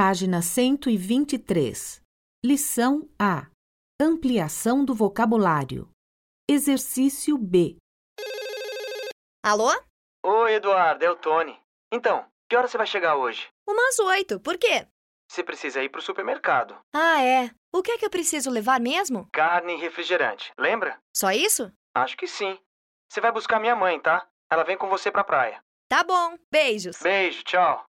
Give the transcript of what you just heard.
Página 123. Lição A. Ampliação do vocabulário. Exercício B. Alô? Oi, Eduardo, é o Tony. Então, que hora você vai chegar hoje? Umas oito, por quê? Você precisa ir pro supermercado. Ah, é. O que é que eu preciso levar mesmo? Carne e refrigerante, lembra? Só isso? Acho que sim. Você vai buscar minha mãe, tá? Ela vem com você pra praia. Tá bom, beijos. Beijo, tchau.